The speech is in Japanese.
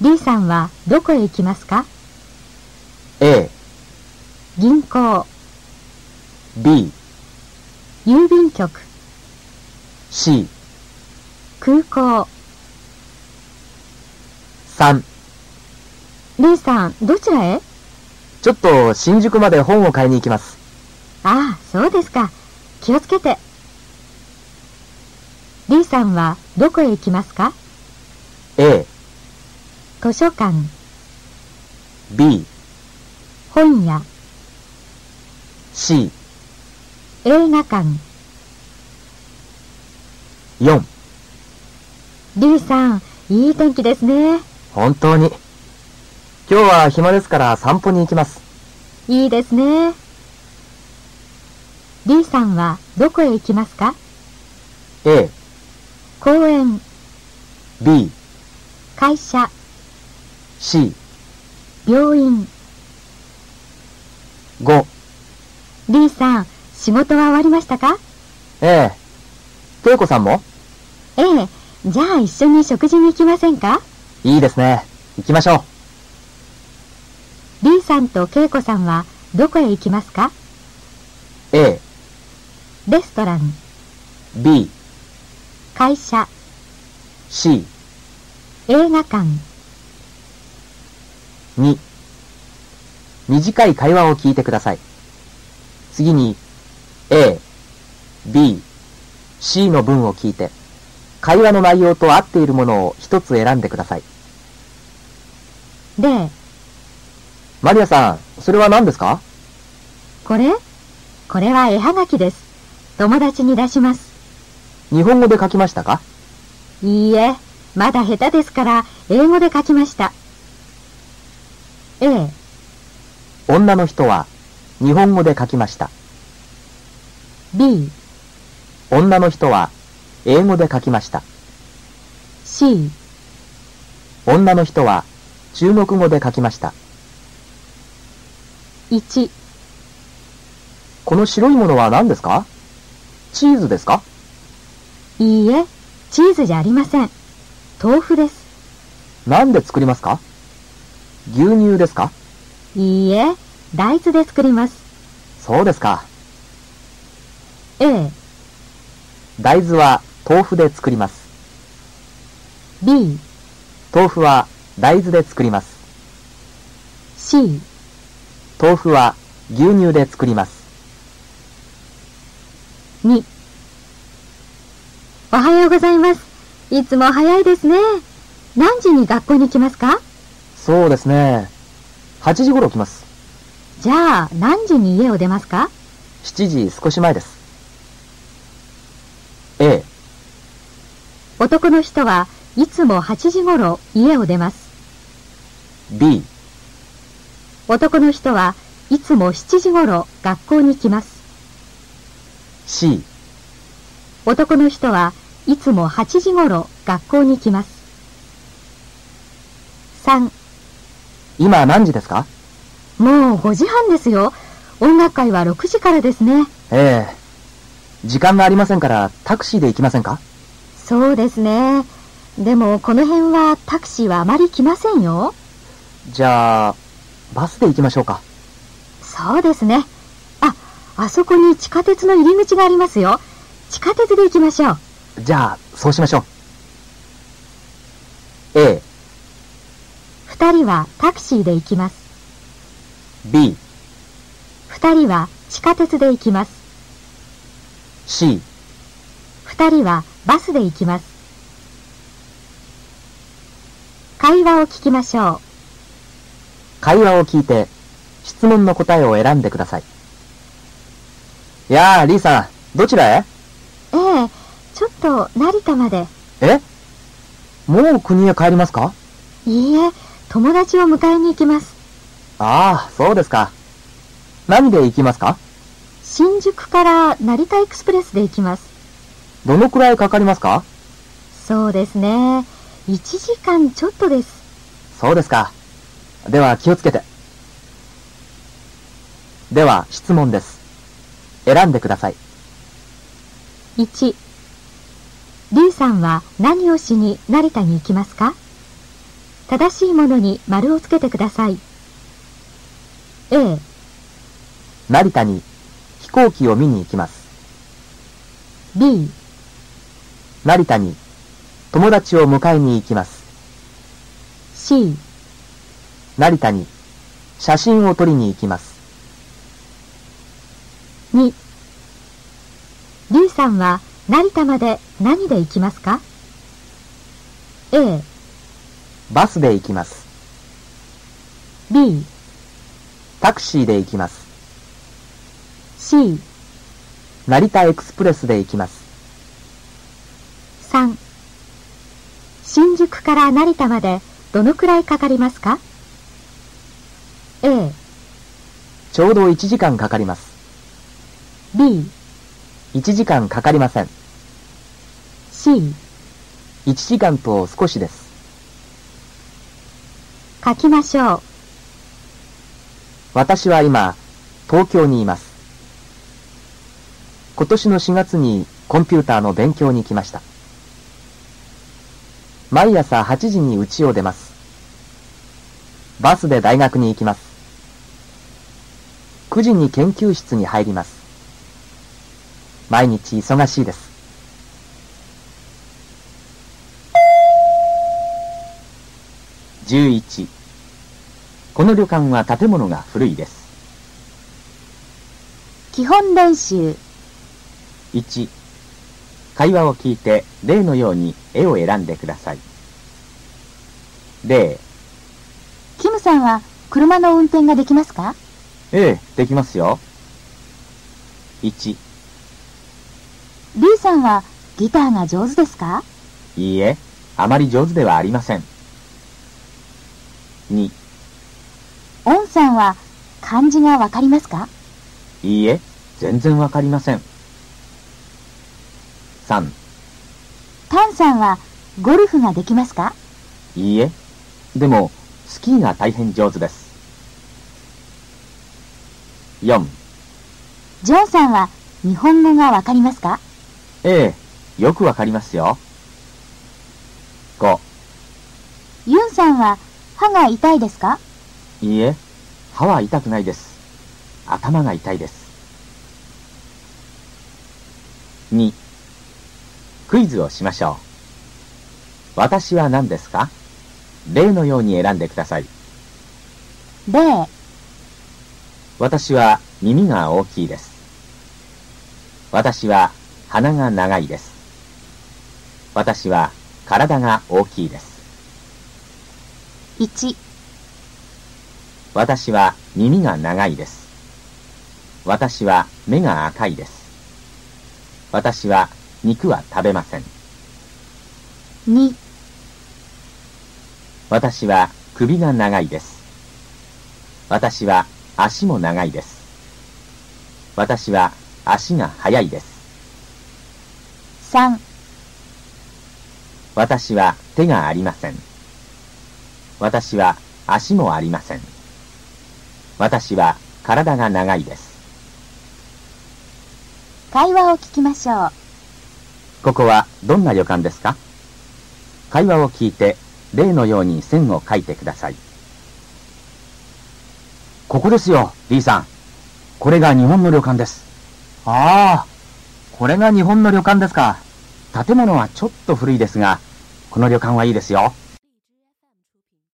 B さんはどこへ行きますか A、銀行、 B、郵便局、 C、空港。 3。 B さん、どちらへちょっと新宿まで本を買いに行きます。ああ、そうですか。気をつけて。D さんはどこへ行きますか A、図書館、 B、本屋、 C、映画館。 4。 D さん、いい天気ですね。本当に。今日は暇ですから散歩に行きます。いいですね。D さんはどこへ行きますか A、公園、 B、会社、 C、病院。 5。 D さん、仕事は終わりましたか A、恵子さんもええ。じゃあ一緒に食事に行きませんかいいですね。行きましょ ?D さんと恵子さんはどこへ行きますかう。A、レストラン、 B、会社、 C、映画館。 2。短い会話を聞いてください。次に、A、B、C の文を聞いて、会話の内容と合っているものを一つ選んでください。で、マリアさん、それは何ですかこれこれは絵はがきです。友達に出します。日本語で書きましたかいいえ、まだ下手ですから、英語で書きました。A、女の人は、日本語で書きました。 B、女の人は、英語で書きました。 C、女の人は、中国語で書きました。 1、この白いものは何ですかチーズですかいいえ、チーズじゃありません。豆腐です。何で作りますか牛乳ですかいいえ、大豆で作ります。そうですか。 A、大豆は豆腐で作ります。 B、豆腐は大豆で作ります。 C、豆腐は牛乳で作ります。 2。おはようございます。いつも早いですね。何時に学校に来ますかそうですね。8時頃来ます。じゃあ、何時に家を出ますか7時少し前です。A、男の人はいつも8時頃家を出ます。 B、男の人はいつも7時頃学校に来ます。 C、男の人はいつも8時頃学校に来ます。3、今何時ですかもう5時半ですよ。音楽会は6時からですね。ええ時間がありませんからタクシーで行きませんかそうですね。でも、この辺はタクシーはあまり来ませんよ。じゃあ、バスで行きましょうか。そうですね。あ、あそこに地下鉄の入り口がありますよ。地下鉄で行きましょう。じゃあ、そうしましょう。A、二人はタクシーで行きます。 B、二人は地下鉄で行きます。 C、二人はバスで行きます。会話を聞きましょう。会話を聞いて、質問の答えを選んでください。いやあ、リーさん、どちらへええ、ちょっと成田まで。えもう国へ帰りますかいいえ、友達を迎えに行きます。ああ、そうですか。何で行きますか新宿から成田エクスプレスで行きます。どのくらいかかりますかそうですね。1時間ちょっとです。そうですか。では、気をつけて。では、質問です。選んでください。 1。D さんは何をしに成田に行きますか正しいものに丸をつけてください。A、成田に飛行機を見に行きます。 B、成田に友達を迎えに行きます。 C、成田に写真を撮りに行きます。 2。B さんは成田まで何で行きますか ?A、バスで行きます。 B、タクシーで行きます。 C、成田エクスプレスで行きます。 3新宿から成田までどのくらいかかりますか ?A、ちょうど1時間かかります。 B、 1時間かかりません。 C 1時間と少しです。書きましょう私は今、東京にいます。今年の4月にコンピューターの勉強に来ました。毎朝8時に家を出ます。バスで大学に行きます。9時に研究室に入ります。毎日忙しいです。11この旅館は建物が古いです。基本練習1会話を聞いて例のように絵を選んでください0キムさんは車の運転ができますかええできますよ1 B さんはギターが上手ですかいいえあまり上手ではありません2オンさんは漢字がわかりますかいいえ全然わかりません3タンさんはゴルフができますかいいえでもスキーが大変上手です4ジョンさんは日本語がわかりますかええよくわかりますよ5ユンさんは歯が痛いですかいいえ、歯は痛くないです。頭が痛いです。2、クイズをしましょう。私は何ですか例のように選んでください。 0私は耳が大きいです。私は鼻が長いです。私は体が大きいです。 1私は耳が長いです。私は目が赤いです。私は肉は食べません。 2私は首が長いです。私は足も長いです。私は足が速いです。 3私は手がありません。私は足もありません。私は体が長いです。会話を聞きましょうここはどんな旅館ですか会話を聞いて、例のように線を書いてください。ここですよ、D さん。これが日本の旅館です。ああ、これが日本の旅館ですか。建物はちょっと古いですが、この旅館はいいですよ。